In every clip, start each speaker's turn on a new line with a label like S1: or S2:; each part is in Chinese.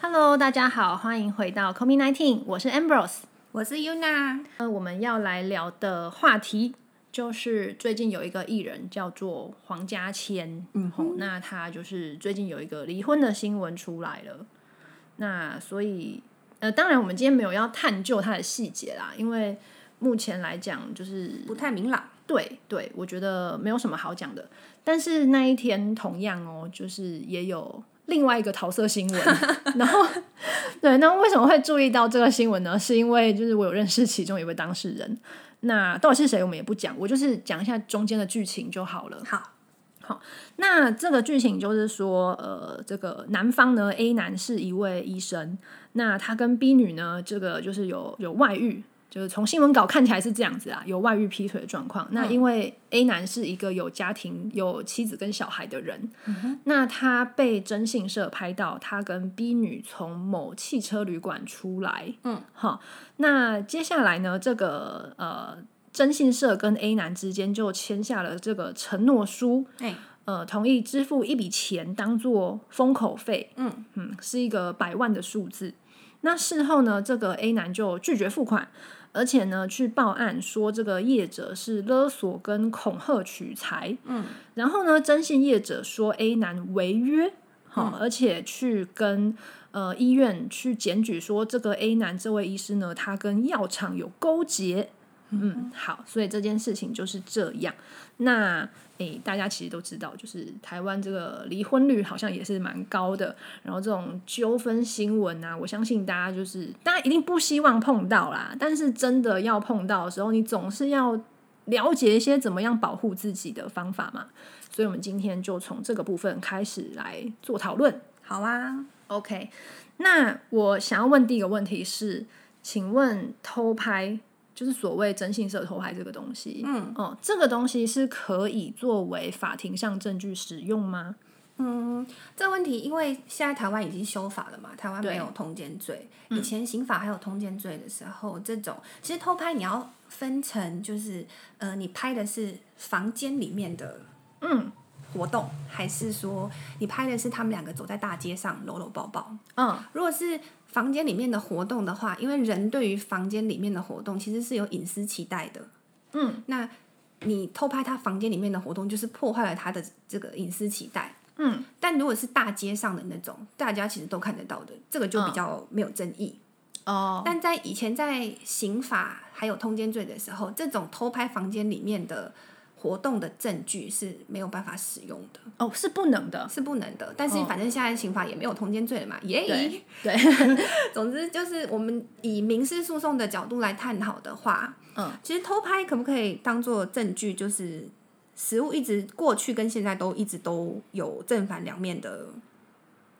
S1: Hello，大家好，欢迎回到 COVID Nineteen，我是 Ambrose。
S2: 我是 Yuna，
S1: 那我们要来聊的话题就是最近有一个艺人叫做黄家千，嗯、那他就是最近有一个离婚的新闻出来了。那所以，呃，当然我们今天没有要探究他的细节啦，因为目前来讲就是
S2: 不太明朗。
S1: 对对，我觉得没有什么好讲的。但是那一天同样哦，就是也有另外一个桃色新闻，然后对，那为什么会注意到这个新闻呢？是因为就是我有认识其中一位当事人，那到底是谁我们也不讲，我就是讲一下中间的剧情就好了。
S2: 好，
S1: 那这个剧情就是说，呃，这个男方呢，A 男是一位医生，那他跟 B 女呢，这个就是有有外遇，就是从新闻稿看起来是这样子啊，有外遇劈腿的状况。
S2: 嗯
S1: 那因为 A 男是一个有家庭、有妻子跟小孩的人，
S2: 嗯
S1: 那他被征信社拍到他跟 B 女从某汽车旅馆出来，嗯，好，那接下来呢，这个呃。征信社跟 A 男之间就签下了这个承诺书，
S2: 哎、
S1: 呃，同意支付一笔钱当做封口费，
S2: 嗯
S1: 嗯，是一个百万的数字。那事后呢，这个 A 男就拒绝付款，而且呢去报案说这个业者是勒索跟恐吓取财，嗯，然后呢，征信业者说 A 男违约，好、而且去跟呃医院去检举说这个 A 男这位医师呢，他跟药厂有勾结。嗯，好，所以这件事情就是这样。那诶、大家其实都知道，就是台湾这个离婚率好像也是蛮高的。然后这种纠纷新闻啊，我相信大家就是大家一定不希望碰到啦。但是真的要碰到的时候，你总是要了解一些怎么样保护自己的方法嘛。所以我们今天就从这个部分开始来做讨论。
S2: 好啊，
S1: OK，那我想要问第一个问题是，请问偷拍就是所谓征信社偷拍这个东西，嗯，哦，这个东西是可以作为法庭上证据使用吗？
S2: 这问题因为现在台湾已经修法了嘛，台湾没有通奸罪，
S1: 嗯
S2: 以前刑法还有通奸罪的时候，这种其实偷拍你要分成，就是呃，你拍的是房间里面的
S1: 嗯
S2: 活动，还是说你拍的是他们两个走在大街上搂搂抱抱？
S1: 嗯，
S2: 如果是房间里面的活动的话，因为人对于房间里面的活动其实是有隐私期待的。
S1: 嗯，
S2: 那你偷拍他房间里面的活动，就是破坏了他的这个隐私期待。
S1: 嗯，
S2: 但如果是大街上的那种，大家其实都看得到的，这个就比较没有争议。
S1: 嗯哦，
S2: 但在以前在刑法还有通奸罪的时候，这种偷拍房间里面的活动的证据是没有办法使用的，
S1: 哦，是不能的，
S2: 是不能的。但是反正现在刑法也没有通奸罪了嘛，耶、
S1: 嗯对对，
S2: 总之就是我们以民事诉讼的角度来探讨的话，
S1: 嗯，
S2: 其实偷拍可不可以当做证据？就是实物一直过去跟现在都一直都有正反两面的，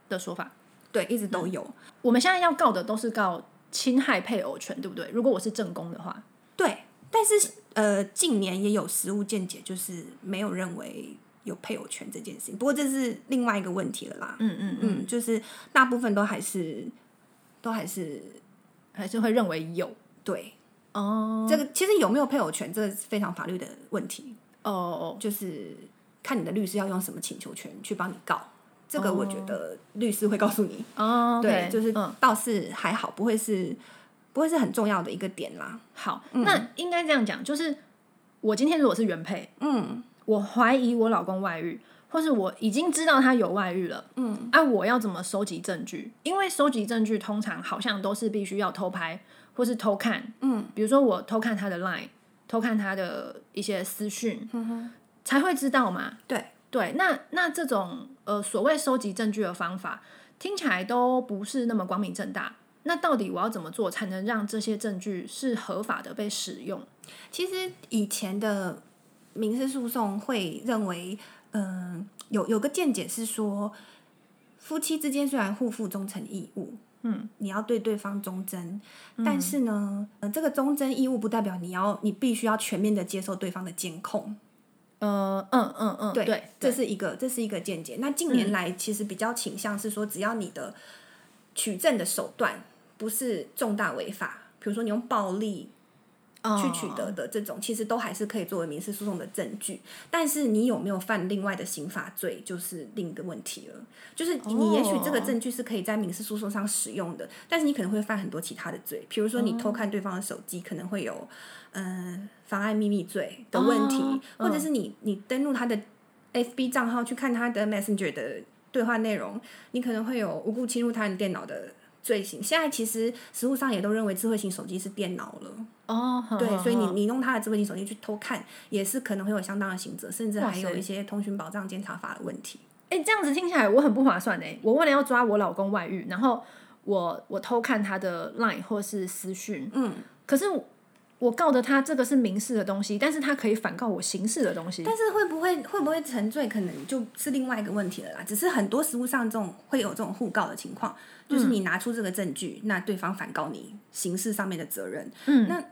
S1: 的说法。
S2: 对，一直
S1: 嗯
S2: 都有。
S1: 我们现在要告的都是告侵害配偶权，对不对？如果我是正宫的话，
S2: 对，但是呃，近年也有实物见解，就是没有认为有配偶权这件事情。不过这是另外一个问题了啦。
S1: 嗯嗯，
S2: 嗯，就是大部分都还是都还是
S1: 还是会认为有
S2: 对、
S1: 哦
S2: 这个，其实有没有配偶权，这个是非常法律的问题。
S1: 哦哦，
S2: 就是看你的律师要用什么请求权去帮你告。这个我觉得律师会告诉你，
S1: 哦
S2: 哦对，就是
S1: 嗯。
S2: 倒是还好，不会是不会是很重要的一个点啦。
S1: 好，那应该这样讲，就是我今天如果是原配，
S2: 嗯，
S1: 我怀疑我老公外遇，或是我已经知道他有外遇了，嗯，啊，我要怎么收集证据？因为收集证据通常好像都是必须要偷拍或是偷看，嗯，比如说我偷看他的 LINE，偷看他的一些私讯，嗯才会知道嘛。
S2: 对
S1: 对，那那这种呃所谓收集证据的方法，听起来都不是那么光明正大。那到底我要怎么做才能让这些证据是合法的被使用？
S2: 其实以前的民事诉讼会认为，嗯、有有个见解是说，夫妻之间虽然互负忠诚义务，嗯，你要对对方忠贞，但是呢，呃，这个忠贞义务不代表你要你必须要全面的接受对方的监控。
S1: 呃，嗯嗯嗯，对，嗯
S2: 这是一个这是一个见解。那近年来其实比较倾向是说，只要你的取证的手段不是重大违法，比如说你用暴力
S1: 哦
S2: 去取
S1: 嗯
S2: 得的这种，其实都还是可以作为民事诉讼的证据。但是你有没有犯另外的刑法罪，就是另一个问题了。就是你也许这个证据是可以在民事诉讼上使用的，但是你可能会犯很多其他的罪，比如说你偷看对方的手机，可能会有嗯、呃妨碍秘密罪的问题，
S1: 哦
S2: 或者是你你登录他的 FB 账号去看他的 Messenger 的对话内容，你可能会有无故侵入他人电脑的罪行。现在其实实务上也都认为智慧型手机是电脑了，
S1: 哦，哼
S2: 对，
S1: 哼
S2: 所以你
S1: 哼
S2: 你用他的智慧型手机去偷看，也是可能会有相当的刑责，甚至
S1: 哇
S2: 还有
S1: 塞
S2: 一些通讯保障监察法的问题。
S1: 哎、这样子听起来我很不划算哎、我为了要抓我老公外遇，然后我我偷看他的 LINE 或是私讯，
S2: 嗯，
S1: 可是我我告的他这个是民事的东西，但是他可以反告我刑事的东西。
S2: 但是会不会会不会沉醉，可能就是另外一个问题了啦。只是很多实务上这种会有这种互告的情况，就是你拿出这个证据，那对方反告你刑事上面的责任。
S1: 嗯，
S2: 那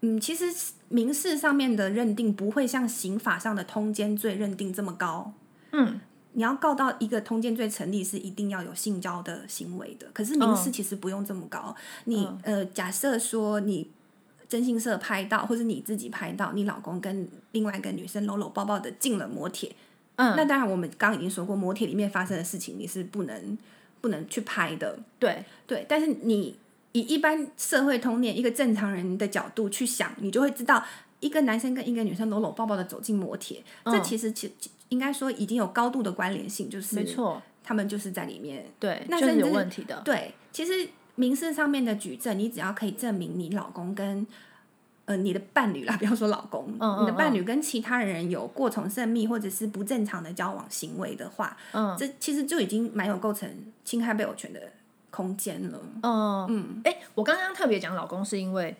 S2: 嗯，其实民事上面的认定不会像刑法上的通奸罪认定这么高。
S1: 嗯，
S2: 你要告到一个通奸罪成立，是一定要有性交的行为的。可是民事
S1: 嗯
S2: 其实不用这么高。你、呃，假设说你征信社拍到，或者你自己拍到，你老公跟另外一个女生搂搂抱抱的进了摩铁，
S1: 嗯，
S2: 那当然我们刚刚已经说过，摩铁里面发生的事情你是不能不能去拍的。
S1: 对，
S2: 对，但是你以一般社会通念、一个正常人的角度去想，你就会知道，一个男生跟一个女生搂搂抱抱的走进摩铁，这
S1: 嗯
S2: 其实其应该说已经有高度的关联性，就是
S1: 没，错，
S2: 他们就是在里面。
S1: 对，
S2: 那
S1: 就
S2: 甚
S1: 是
S2: 至
S1: 有问题的。
S2: 对，其实民事上面的举证，你只要可以证明你老公跟。呃，你的伴侣啦，不 要说老公，
S1: 嗯
S2: 你的
S1: 嗯
S2: 伴
S1: 嗯
S2: 侣跟其他人有过从甚密或者是不正常的交往行为的话，
S1: 嗯
S2: 这其实就已经蛮有构成侵害配偶权的空间了。
S1: 嗯嗯，哎、我刚刚特别讲老公是因为，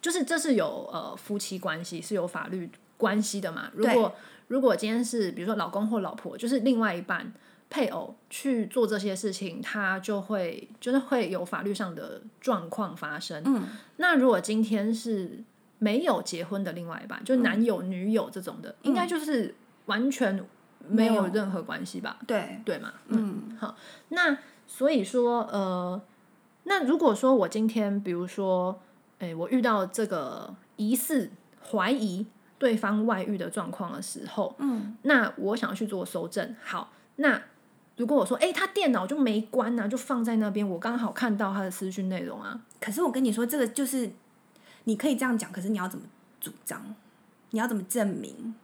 S1: 就是这是有呃夫妻关系是有法律关系的嘛。如
S2: 对
S1: 果如果今天是比如说老公或老婆，就是另外一半配偶去做这些事情，他就会就是会有法律上的状况发生。
S2: 嗯，
S1: 那如果今天是没有结婚的另外一半，
S2: 嗯
S1: 就男友、女友这种的，应该就是完全没
S2: 没
S1: 有
S2: 有
S1: 任何关系吧？
S2: 对，
S1: 对吗？
S2: 嗯
S1: 那所以说，呃，那如果说我今天，比如说，诶，我遇到这个疑似怀疑对方外遇的状况的时候，
S2: 嗯，
S1: 那我想要去做搜证，好，那如果我说，诶，他电脑就没关啊，就放在那边，我刚好看到他的私讯内容啊，
S2: 可是我跟你说，这个就是你可以这样讲，可是你要怎么主张？你要怎么证明？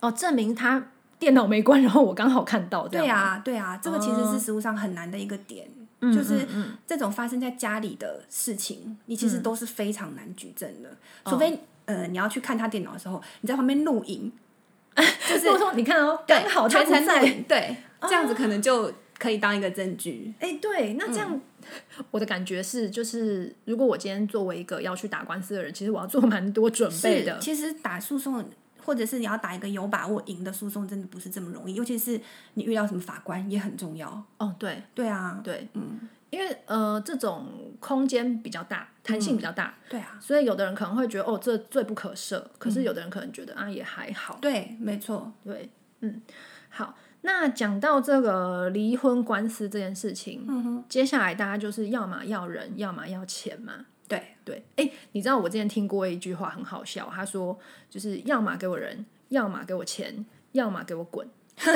S1: 哦，证明他电脑没关，然后我刚好看到，
S2: 对
S1: 呀、
S2: 啊，对啊，这个其实是实务上很难的一个点，
S1: 嗯
S2: 就是
S1: 嗯嗯
S2: 这种发生在家里的事情，你其实都是非常难举证的，除非呃你要去看他电脑的时候，你在旁边录影，就是
S1: 如果说你看哦，
S2: 对
S1: 刚好他
S2: 全
S1: 不
S2: 程录
S1: 在，
S2: 影，对，这样子可能就可以当一个证据。
S1: 哎、对，那这样、
S2: 嗯
S1: 我的感觉是，就是如果我今天作为一个要去打官司的人，其实我要做蛮多准备
S2: 是
S1: 的。
S2: 其实打诉讼，或者是你要打一个有把握赢的诉讼，真的不是这么容易，尤其是你遇到什么法官也很重要。
S1: 哦，对
S2: 对啊，
S1: 对，
S2: 嗯，
S1: 因为呃，这种空间比较大，弹性比较大，
S2: 对啊，嗯
S1: 所以有的人可能会觉得哦，这罪不可赦，可是有的人可能觉得、啊，也还好。
S2: 对，没错。
S1: 对，嗯，好。那讲到这个离婚官司这件事情，
S2: 嗯哼，
S1: 接下来大家就是要么要人，要么要钱嘛。
S2: 对，
S1: 对，哎，你知道我之前听过一句话很好笑，他说就是要么给我人，要么给我钱，要么给我滚。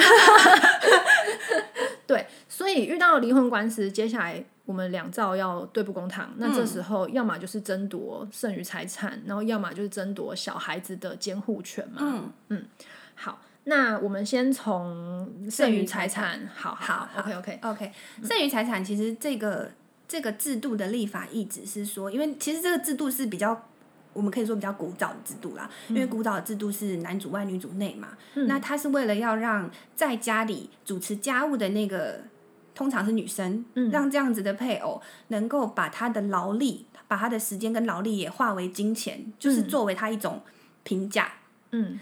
S1: 对，所以遇到离婚官司，接下来我们两造要对簿公堂，那这时候要么就是争夺剩余财产，然后要么就是争夺小孩子的监护权嘛。
S2: 嗯，
S1: 好，那我们先从剩余财产，好
S2: 好好
S1: OK OK，
S2: OK，剩
S1: 嗯
S2: 余财产其实这个这个制度的立法意旨是说，因为其实这个制度是比较。我们可以说比较古早的制度啦，
S1: 嗯
S2: 因为古早的制度是男主外女主内嘛，那他是为了要让在家里主持家务的那个通常是女生，
S1: 嗯
S2: 让这样子的配偶能够把他的劳力、把他的时间跟劳力也化为金钱，就是
S1: 嗯
S2: 作为他一种评价，
S1: 嗯，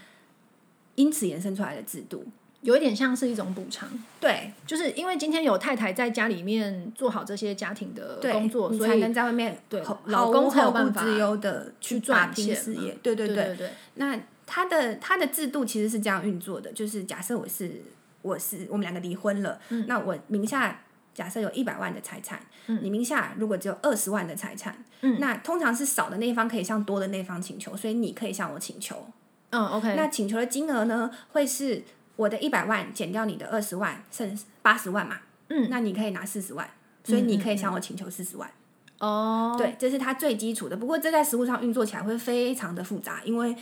S2: 因此衍生出来的制度。
S1: 有一点像是一种补偿。
S2: 对，
S1: 就是因为今天有太太在家里面做好这些家庭的
S2: 对
S1: 工作，
S2: 你
S1: 所
S2: 才
S1: 以
S2: 能在外面
S1: 对
S2: 毫
S1: 老公才有
S2: 毫无后
S1: 办
S2: 顾
S1: 法
S2: 之忧的
S1: 去
S2: 打
S1: 赚
S2: 拼
S1: 钱
S2: 事
S1: 嘛
S2: 业。对对
S1: 对
S2: 对，
S1: 对对，
S2: 那他的他的制度其实是嗯这样运作的，就是假设我是我是我们两个离婚了，那我名下假设有一百万的财产，你名下如果只有二十万的财产，那通常是少的那一方可以向多的那一方请求，所以你可以向我请求。
S1: 嗯，OK，
S2: 那请求的金额呢，会是我的一百万减掉你的二十万，剩八十万嘛。嗯，那你可以拿四十万，所以你可以向我请求四十万。
S1: 哦，
S2: 对，这是它最基础的。不过这在实物上运作起来会非常的复杂，因为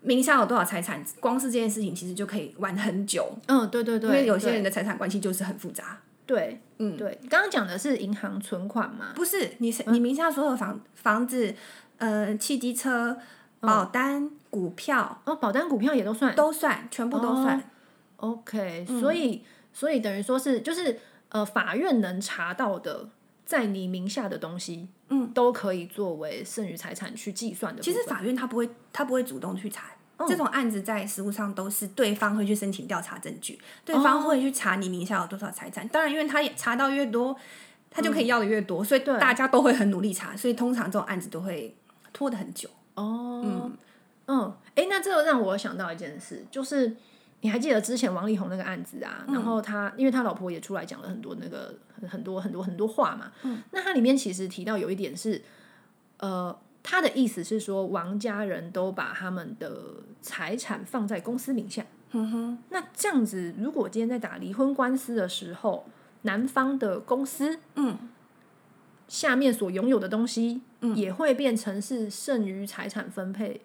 S2: 名下有多少财产，光是这件事情其实就可以玩很久。
S1: 嗯，对对对，
S2: 因为有些人的财产关系就是很复杂。
S1: 对，
S2: 嗯
S1: 对，刚刚讲的是银行存款嘛，
S2: 不是你是，你名下所有房房子、呃，汽机车、保单、股票
S1: 哦，保单、股票也都算。
S2: 都算，嗯全部都算。
S1: OK，、所以所以等于说是就是呃，法院能查到的，在你名下的东西，嗯，都可以作为剩余财产去计算的部
S2: 其
S1: 分。
S2: 实法院他不会，他不会主动去查。这种案子在实务上都是对方会去申请调查证据，对方会去查你名下有多少财产。当然，因为他也查到越多，他就可以要的越多，所以大家都会很努力查，所以通常这种案子都会拖得很久。
S1: 哦，嗯嗯，哎、那这个让我想到一件事，就是你还记得之前王力宏那个案子啊？然后他因为他老婆也出来讲了很多那个很很多很多很多话嘛，嗯，那它里面其实提到有一点是，呃。他的意思是说，王家人都把他们的财产放在公司名下。嗯哼，那这样子，如果今天在打离婚官司的时候，男方的公司
S2: 嗯，
S1: 下面所拥有的东西，也会变成是剩余财产分配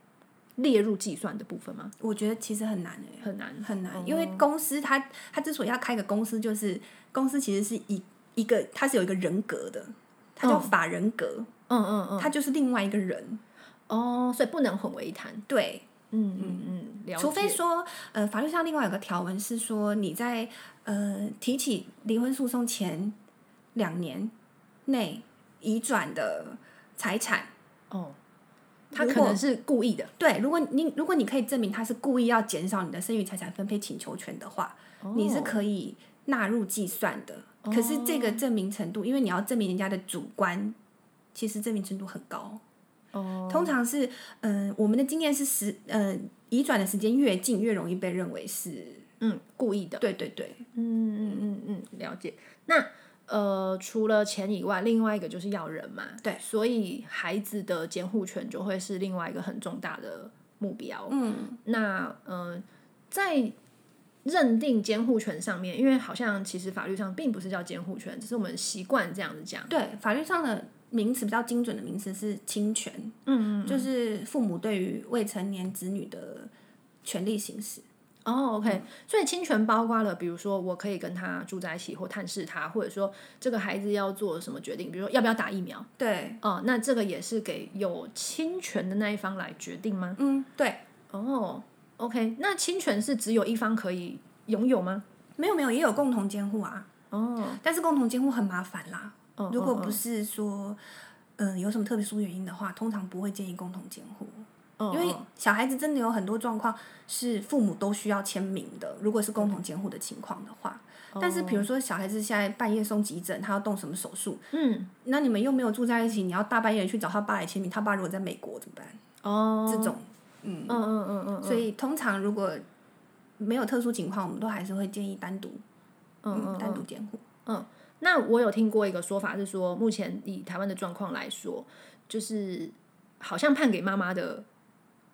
S1: 列入计算的部分吗？
S2: 我觉得其实很难诶、
S1: 很难，
S2: 很难，因为公司它它之所以要开个公司，就是公司其实是一一个，它是有一个人格的，它叫法人格，
S1: 嗯嗯嗯，
S2: 它就是另外一个人。
S1: 哦，所以不能混为一谈。
S2: 对，
S1: 嗯嗯嗯，了解。
S2: 除非说，呃，法律上另外有个条文是说，你在呃提起离婚诉讼前两年内移转的财产，
S1: 哦，他
S2: 如
S1: 可
S2: 果
S1: 能是故意的，
S2: 对，如果你如果你可以证明他是故意要减少你的剩余财产分配请求权的话，你是可以纳入计算的。可是这个证明程度，因为你要证明人家的主观，其实证明程度很高。
S1: 哦，
S2: 通常是，嗯、我们的经验是时，嗯、移转的时间越近，越容易被认为是，
S1: 嗯，故意的。
S2: 对对对，
S1: 嗯嗯嗯嗯，了解。那呃，除了钱以外，另外一个就是要人嘛。
S2: 对
S1: 所以孩子的监护权就会是另外一个很重大的目标。
S2: 嗯，
S1: 那呃，在认定监护权上面，因为好像其实法律上并不是叫监护权，只是我们习惯这样子讲。
S2: 对，法律上的名词比较精准的名词是侵权，嗯嗯，就是父母对于未成年子女的权利行使。
S1: 哦、o
S2: 嗯
S1: k 所以侵权包括了，比如说我可以跟他住在一起，或探视他，或者说这个孩子要做什么决定，比如说要不要打疫苗，
S2: 对，
S1: 哦、那这个也是给有侵权的那一方来决定吗？
S2: 嗯，对。
S1: 哦、o k 那侵权是只有一方可以拥有吗？
S2: 没有没有，也有共同监护啊，
S1: 哦，
S2: 但是共同监护很麻烦啦。
S1: 哦
S2: 如果
S1: 哦
S2: 不是说，嗯、有什么特殊原因的话，通常不会建议共同监护，
S1: 哦
S2: 因为
S1: 哦
S2: 小孩子真的有很多状况是父母都需要签名的。如果是共同监护的情况的话，
S1: 嗯
S2: 但是比如说小孩子现在半夜送急诊，他要动什么手术，
S1: 嗯，
S2: 那你们又没有住在一起，你要大半夜去找他爸来签名，他爸如果在美国怎么办？
S1: 哦，
S2: 这种，
S1: 嗯嗯嗯嗯嗯，
S2: 所以通常如果没有特殊情况，我们都还是会建议单独，
S1: 嗯嗯
S2: 单独监护。
S1: 那我有听过一个说法是说，目前以台湾的状况来说，就是好像判给妈妈的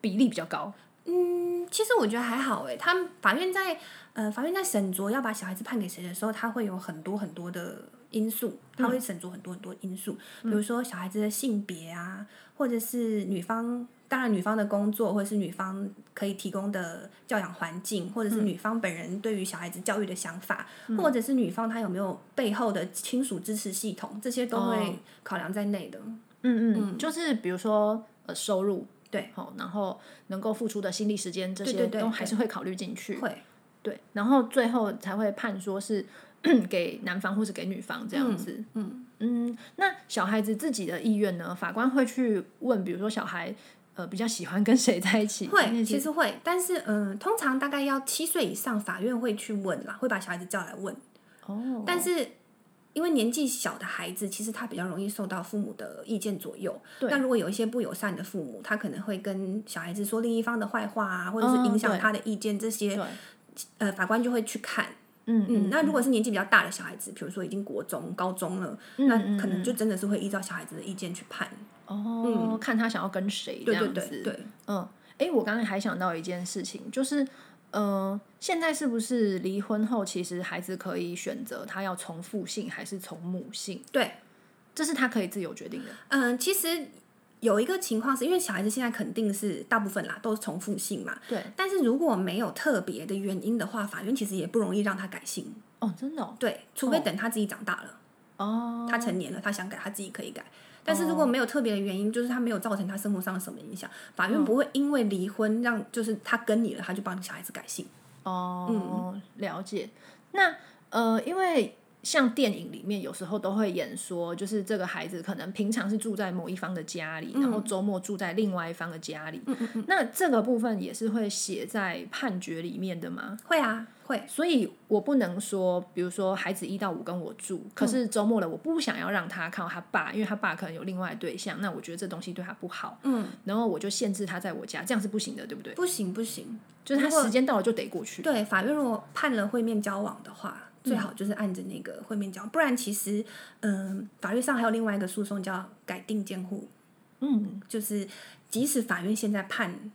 S1: 比例比较高。
S2: 嗯，其实我觉得还好诶，他们法院在呃，法院在审酌要把小孩子判给谁的时候，他会有很多很多的因素，他会审酌很多很多因素，
S1: 嗯
S2: 比如说小孩子的性别啊，或者是女方，当然女方的工作，或者是女方可以提供的教养环境，或者
S1: 嗯
S2: 是女方本人对于小孩子教育的想法，或者是女方她有没有背后的亲属支持系统，这些都
S1: 哦
S2: 会考量在内的。
S1: 嗯嗯，就是比如说呃收入，
S2: 对，
S1: 好、然后能够付出的心力时间这
S2: 对
S1: 些
S2: 对对
S1: 都还是会考虑进去。
S2: 会，
S1: 对，然后最后才会判说是嗯给男方或是给女方这样子。
S2: 嗯
S1: 嗯，那小孩子自己的意愿呢？法官会去问，比如说小孩呃比较喜欢跟谁在一起？因
S2: 会，
S1: 为
S2: 其实会，但是嗯、呃通常大概要七岁以上，法院会去问啦，会把小孩子叫来问。
S1: 哦，
S2: 但是因为年纪小的孩子，其实他比较容易受到父母的意见左右。
S1: 对
S2: 那如果有一些不友善的父母，他可能会跟小孩子说另一方的坏话啊，或者是
S1: 嗯
S2: 影响
S1: 对
S2: 他的意见，这些
S1: 对
S2: 呃法官就会去看。
S1: 嗯
S2: 嗯，那如果是年纪比较大的小孩子，比如说已经国中、高中了，那
S1: 嗯嗯
S2: 可能就真的是会依照小孩子的意见去判。
S1: 哦，看他想要跟谁这
S2: 对
S1: 样
S2: 嗯对
S1: 子。
S2: 对对，
S1: 嗯，诶，我刚才还想到一件事情，就是，呃，现在是不是离婚后，其实孩子可以选择他要从父姓还是从母姓？
S2: 对，
S1: 这是他可以自由决定的。
S2: 嗯，其实有一个情况是因为小孩子现在肯定是大部分啦都是重复性嘛，
S1: 对，
S2: 但是如果没有特别的原因的话，法院其实也不容易让他改姓。
S1: 哦，真的哦，
S2: 对，除非等他自己长大了，
S1: 哦
S2: 他成年了，他想改，他自己可以改。但是如果没有特别的原因，就是他没有造成他生活上什么影响，法院不会因为离婚让就是他跟你了，他就帮小孩子改姓。
S1: 哦，
S2: 嗯
S1: 了解。那呃，因为像电影里面有时候都会演说，就是这个孩子可能平常是住在某一方的家里，然后
S2: 嗯
S1: 周末住在另外一方的家里。那这个部分也是会写在判决里面的吗？
S2: 会啊，会。
S1: 所以我不能说，比如说孩子一到五跟我住，
S2: 嗯
S1: 可是周末了我不想要让他看到他爸，因为他爸可能有另外的对象，那我觉得这东西对他不好，
S2: 嗯，
S1: 然后我就限制他在我家，这样是不行的，对不对？
S2: 不行不行，
S1: 就是他
S2: 如果
S1: 时间到了就得过去。
S2: 对，法院如果判了会面交往的话，
S1: 嗯
S2: 最好就是按着那个会面交往，不然其实，嗯、法律上还有另外一个诉讼叫改定监护，
S1: 嗯，
S2: 就是即使法院现在判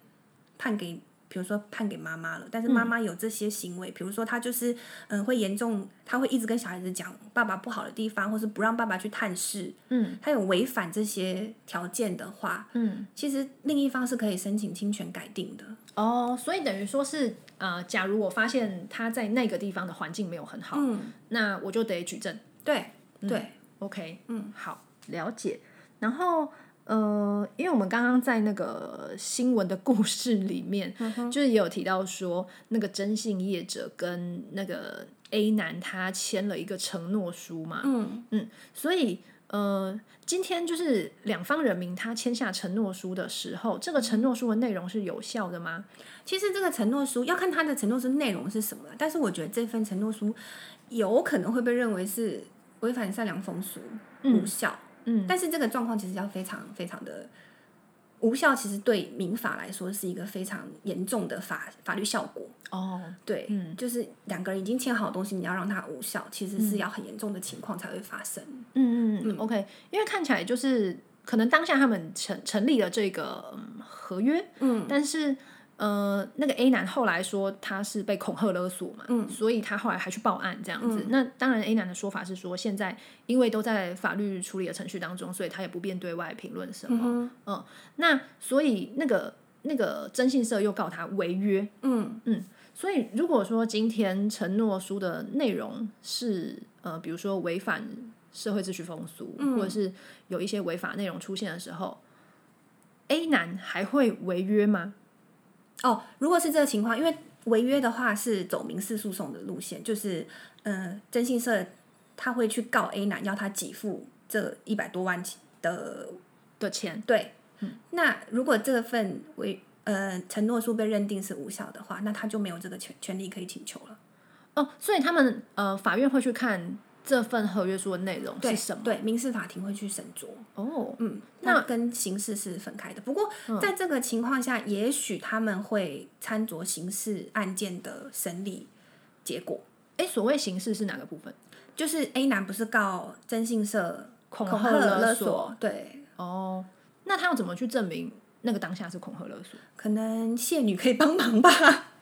S2: 判给，比如说判给妈妈了，
S1: 嗯
S2: 但是妈妈有这些行为，比如说她就是，嗯、会严重，她会一直跟小孩子讲爸爸不好的地方，或是不让爸爸去探视，
S1: 嗯，
S2: 她有违反这些条件的话，
S1: 嗯，
S2: 其实另一方是可以申请侵权改定的，
S1: 哦，所以等于说是，呃，假如我发现他在那个地方的环境没有很好，
S2: 嗯，
S1: 那我就得举证。
S2: 对对。
S1: OK，嗯，好，了解。然后，呃，因为我们刚刚在那个新闻的故事里面，就是也有提到说，那个征信业者跟那个 A 男他签了一个承诺书嘛，
S2: 嗯
S1: 嗯，所以。呃，今天就是两方人民他签下承诺书的时候，这个承诺书的内容是有效的吗？
S2: 其实这个承诺书要看他的承诺书内容是什么啦，但是我觉得这份承诺书有可能会被认为是违反善良风俗、无效。
S1: 嗯，
S2: 但是这个状况其实要非常非常的无效，其实对民法来说是一个非常严重的法法律效果。
S1: 哦，
S2: 对，就是两个人已经签好的东西，你要让它无效，其实
S1: 嗯
S2: 是要很严重的情况才会发生。
S1: 嗯嗯嗯，OK，因为看起来就是可能当下他们成成立了这个、嗯、合约，嗯，但是呃，那个 A 男后来说他是被恐吓勒索嘛，嗯，所以他后来还去报案这样子。那当然，A 男的说法是说，现在因为都在法律处理的程序当中，所以他也不便对外评论什么。嗯那所以那个那个征信社又告他违约，
S2: 嗯，
S1: 所以，如果说今天承诺书的内容是呃，比如说违反社会秩序风俗，
S2: 嗯
S1: 或者是有一些违法内容出现的时候，A 男还会违约吗？
S2: 哦，如果是这个情况，因为违约的话是走民事诉讼的路线，就是呃，征信社他会去告 A 男，要他给付这一百多万的
S1: 的钱
S2: 对。那如果这份违呃承诺书被认定是无效的话，那他就没有这个权权利可以请求了。
S1: 哦，所以他们呃，法院会去看这份合约书的内容
S2: 对
S1: 是什么？
S2: 对，民事法庭会去审酌。
S1: 哦，
S2: 嗯，
S1: 那嗯
S2: 那跟刑事是分开的。不过，在这个情况下，也许他们会参酌刑事案件的审理结果。
S1: 哎，所谓形式是哪个部分？
S2: 就是 A 男不是告征信社
S1: 恐
S2: 恐
S1: 吓
S2: 吓勒
S1: 索？
S2: 索，对，
S1: 哦，那他要怎么去证明那个当下是恐吓勒索？
S2: 可能谢女可以帮忙吧，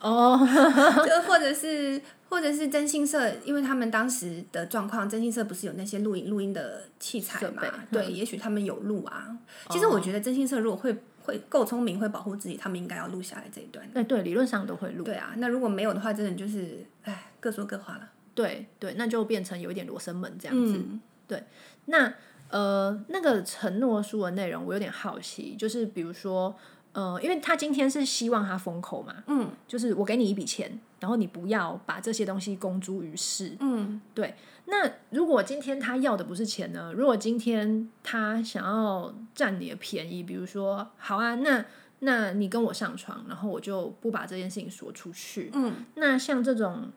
S1: 哦，
S2: 就或者是或者是征信社，因为他们当时的状况，征信社不是有那些录影录音的器材
S1: 设
S2: 嘛
S1: 备，嗯哦
S2: 对，也许他们有录啊。其实我觉得征信社如果会会够聪明，会保护自己，他们应该要录下来这一段。
S1: 哎，对，理论上都会录。
S2: 对啊，那如果没有的话，真的就是哎，各说各话了。
S1: 对对，那就变成有一点罗生门这样子。
S2: 嗯，
S1: 那呃，那个承诺书的内容，我有点好奇，就是比如说，呃，因为他今天是希望他封口嘛，
S2: 嗯，
S1: 就是我给你一笔钱，然后你不要把这些东西公诸于世，
S2: 嗯，
S1: 对。那如果今天他要的不是钱呢？如果今天他想要占你的便宜，比如说，好啊，那那你跟我上床，然后我就不把这件事情说出去，
S2: 嗯，
S1: 那像这种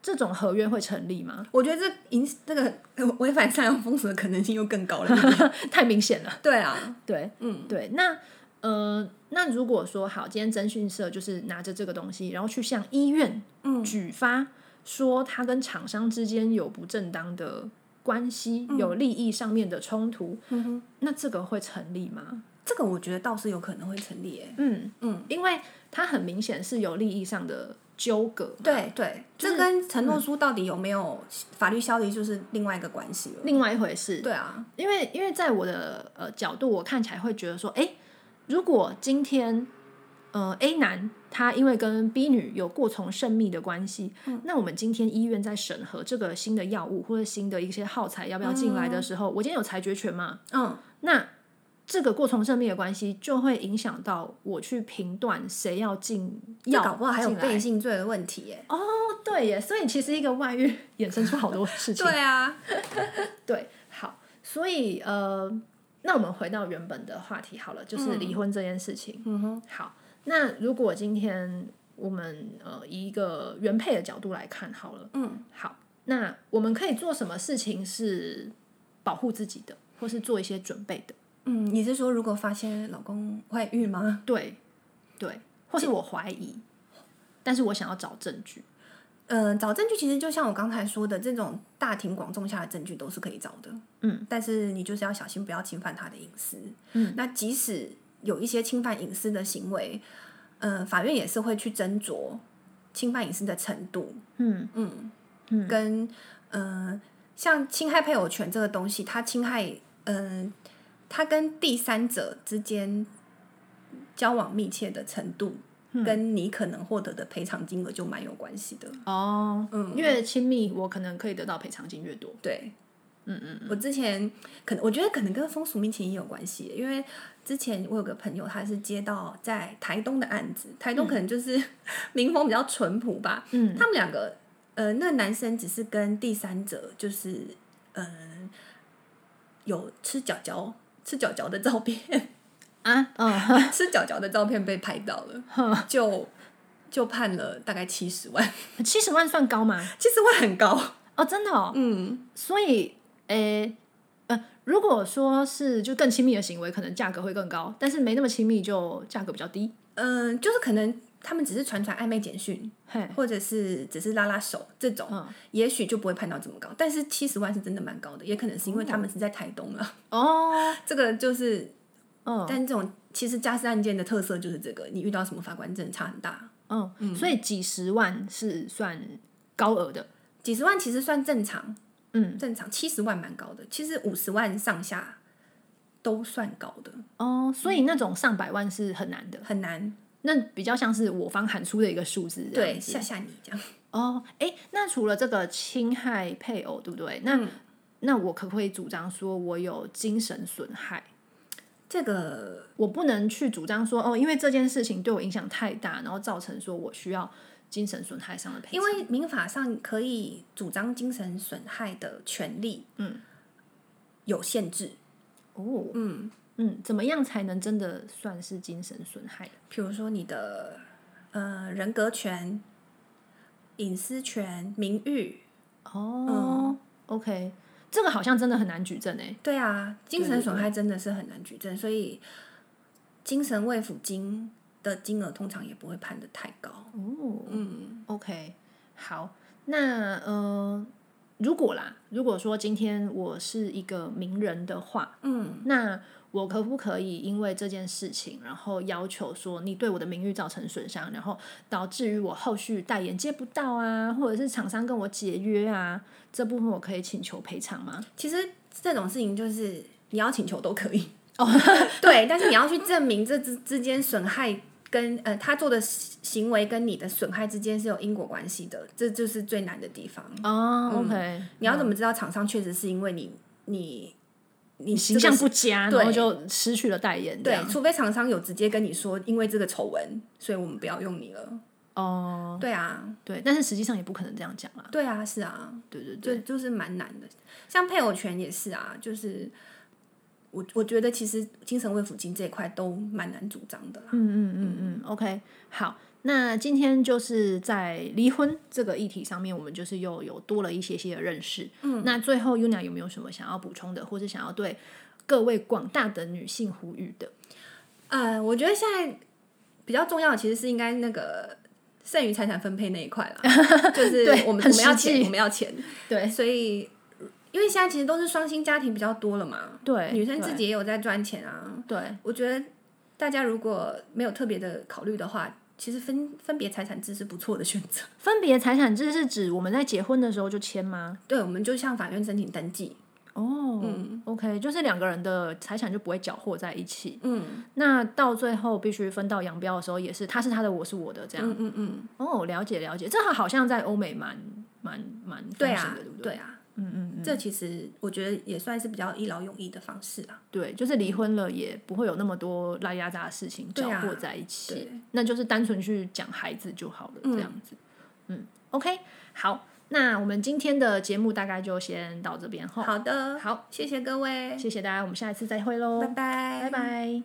S1: 这种合约会成立吗？
S2: 我觉得这影这个 违反善良风俗的可能性又更高了一 点。
S1: 太明显了。
S2: 对啊，
S1: 对，
S2: 嗯
S1: 对，那呃，那如果说好，今天征讯社就是拿着这个东西，然后去向医院
S2: 嗯
S1: 举发说他跟厂商之间有不正当的关系，
S2: 嗯
S1: 有利益上面的冲突，那这个会成立吗？
S2: 这个我觉得倒是有可能会成立耶。
S1: 嗯嗯，因为它很明显是有利益上的纠葛，
S2: 对
S1: 嗯
S2: 对，这跟承诺书到底有没有法律效力，就是另外一个关系了。
S1: 另外一回事。
S2: 对啊，
S1: 因为因为在我的呃角度，我看起来会觉得说，诶，如果今天呃 A 男他因为跟 B 女有过从甚密的关系，
S2: 嗯
S1: 那我们今天医院在审核这个新的药物或者新的一些耗材要不要进来的时候，我今天有裁决权嘛？
S2: 哦嗯，
S1: 那这个过从甚密的关系就会影响到我去评断谁要进
S2: 这
S1: 药，
S2: 搞不好还有
S1: 进来
S2: 背信罪的问题耶。
S1: 哦，对耶，所以其实一个外遇 衍生出好多事情。
S2: 对啊，
S1: 对，好，所以呃，那我们回到原本的话题好了，就是离婚这件事情。
S2: 嗯哼，
S1: 好，那如果今天我们呃以一个原配的角度来看好了，
S2: 嗯，
S1: 好，那我们可以做什么事情是保护自己的，或是做一些准备的？
S2: 嗯，你是说如果发现老公外遇吗？
S1: 对，对，或是我怀疑，但是我想要找证据。
S2: 嗯，找证据其实就像我刚才说的，这种大庭广众下的证据都是可以找的。
S1: 嗯，
S2: 但是你就是要小心，不要侵犯他的隐私。嗯，那即使有一些侵犯隐私的行为，嗯，法院也是会去斟酌侵犯隐私的程度。
S1: 嗯
S2: 嗯，跟嗯，像侵害配偶权这个东西，它侵害嗯，它跟第三者之间交往密切的程度，跟你可能获得的赔偿金额就蛮有关系的。
S1: 哦，越亲密，我可能可以得到赔偿金越多。
S2: 嗯对，嗯嗯，我之前可能我觉得可能跟风俗民情也有关系，因为之前我有个朋友，他是接到在台东的案子，台东可能就是 民风比较淳朴吧，
S1: 嗯，
S2: 他们两个，呃，那个男生只是跟第三者就是，嗯、有吃脚脚吃脚脚的照片，
S1: 啊，嗯，
S2: 吃脚脚的照片被拍到了，就就判了大概七十万，
S1: 七十万算高吗？
S2: 七十万很高，
S1: 哦，真的哦。
S2: 嗯，
S1: 所以，诶、呃，如果说是就更亲密的行为，可能价格会更高，但是没那么亲密就价格比较低。
S2: 嗯、就是可能他们只是传传暧昧简讯。
S1: 嘿，
S2: 或者是只是拉拉手这种，
S1: 嗯
S2: 也许就不会判到这么高。但是七十万是真的蛮高的，也可能是因为他们是在台东了。
S1: 哦，
S2: 这个就是，
S1: 嗯
S2: 但这种其实家事案件的特色就是这个，你遇到什么法官真的差很大。
S1: 嗯，所以几十万是算高额的。
S2: 几十万其实算正常，
S1: 嗯，
S2: 正常七十万蛮高的，其实五十万上下都算高的，
S1: 哦，所以那种上百万是很难的，
S2: 很难
S1: 那比较像是我方喊出的一个数字。
S2: 对吓。吓你这样。
S1: 哦，诶，那除了这个侵害配偶，对不对？那、那我可不可以主张说我有精神损害？
S2: 这个
S1: 我不能去主张说哦，因为这件事情对我影响太大，然后造成说我需要精神损害上的赔偿。
S2: 因为民法上可以主张精神损害的权利，
S1: 嗯，
S2: 有限制，
S1: 哦，
S2: 嗯。
S1: 嗯，怎么样才能真的算是精神损害？
S2: 譬如说你的呃人格权、隐私权、名誉，嗯
S1: 哦、o k 这个好像真的很难举证欸诶。
S2: 对啊，精神损害真的是很难举证，所以精神慰抚金的金额通常也不会判的太高。
S1: 哦
S2: 嗯，
S1: ，OK，好，那呃，如果啦，如果说今天我是一个名人的话，
S2: 嗯，
S1: 那我可不可以因为这件事情，然后要求说你对我的名誉造成损伤，然后导致于我后续代言接不到啊，或者是厂商跟我解约啊，这部分我可以请求赔偿吗？
S2: 其实这种事情就是你要请求都可以哦， 对，但是你要去证明这之之间损害。跟呃，他做的行行为跟你的损害之间是有因果关系的，这就是最难的地方。
S1: 哦、o k
S2: 你要怎么知道厂商确实是因为你你你
S1: 形象不佳，
S2: 对
S1: 然后就失去了代言，这
S2: 对
S1: 样，
S2: 除非厂商有直接跟你说，因为这个丑闻，所以我们不要用你了。
S1: 哦、
S2: 对啊，
S1: 对，但是实际上也不可能这样讲啦，
S2: 对啊，是啊，
S1: 对对对，
S2: 就就是蛮难的。像配偶权也是啊，就是我我觉得其实精神慰抚金这一块都蛮难主张的啦。
S1: 嗯嗯嗯嗯，OK，好，那今天就是在离婚这个议题上面，我们就是又有多了一些些的认识。嗯，那最后 Yuna 有没有什么想要补充的，或是想要对各位广大的女性呼吁的？
S2: 呃，我觉得现在比较重要的其实是应该那个剩余财产分配那一块 啦，就是
S1: 对
S2: 我们
S1: 很
S2: 我们要
S1: 实际
S2: 钱，我们要钱，
S1: 对
S2: 所以因为现在其实都是双薪家庭比较多了嘛，
S1: 对，
S2: 女生
S1: 对
S2: 自己也有在赚钱啊。
S1: 对
S2: 我觉得大家如果没有特别的考虑的话，其实分分别财产制是不错的选择。
S1: 分别财产制是指我们在结婚的时候就签吗？
S2: 对，我们就向法院申请登记。
S1: 哦、o k 就是两个人的财产就不会缴获在一起，
S2: 嗯
S1: 那到最后必须分道扬镳的时候，也是他是他的，我是我的这样。
S2: 嗯嗯嗯，
S1: 哦，了解了解，这好像在欧美蛮蛮蛮
S2: 对
S1: 风行
S2: 啊
S1: 的对不，对？
S2: 对啊，嗯嗯这其实我觉得也算是比较一劳永逸的方式啦。
S1: 对，就是离婚了也不会有那么多拉拉杂的事情
S2: 对
S1: 搅
S2: 啊
S1: 和在一起，
S2: 对
S1: 那就是单纯去讲孩子就好了，
S2: 嗯
S1: 这样子。嗯，OK，好，那我们今天的节目大概就先到这边哈。
S2: 哦好的，
S1: 好，
S2: 谢谢各位，哦
S1: 谢谢大家，我们下一次再会喽，
S2: 拜拜，
S1: 拜拜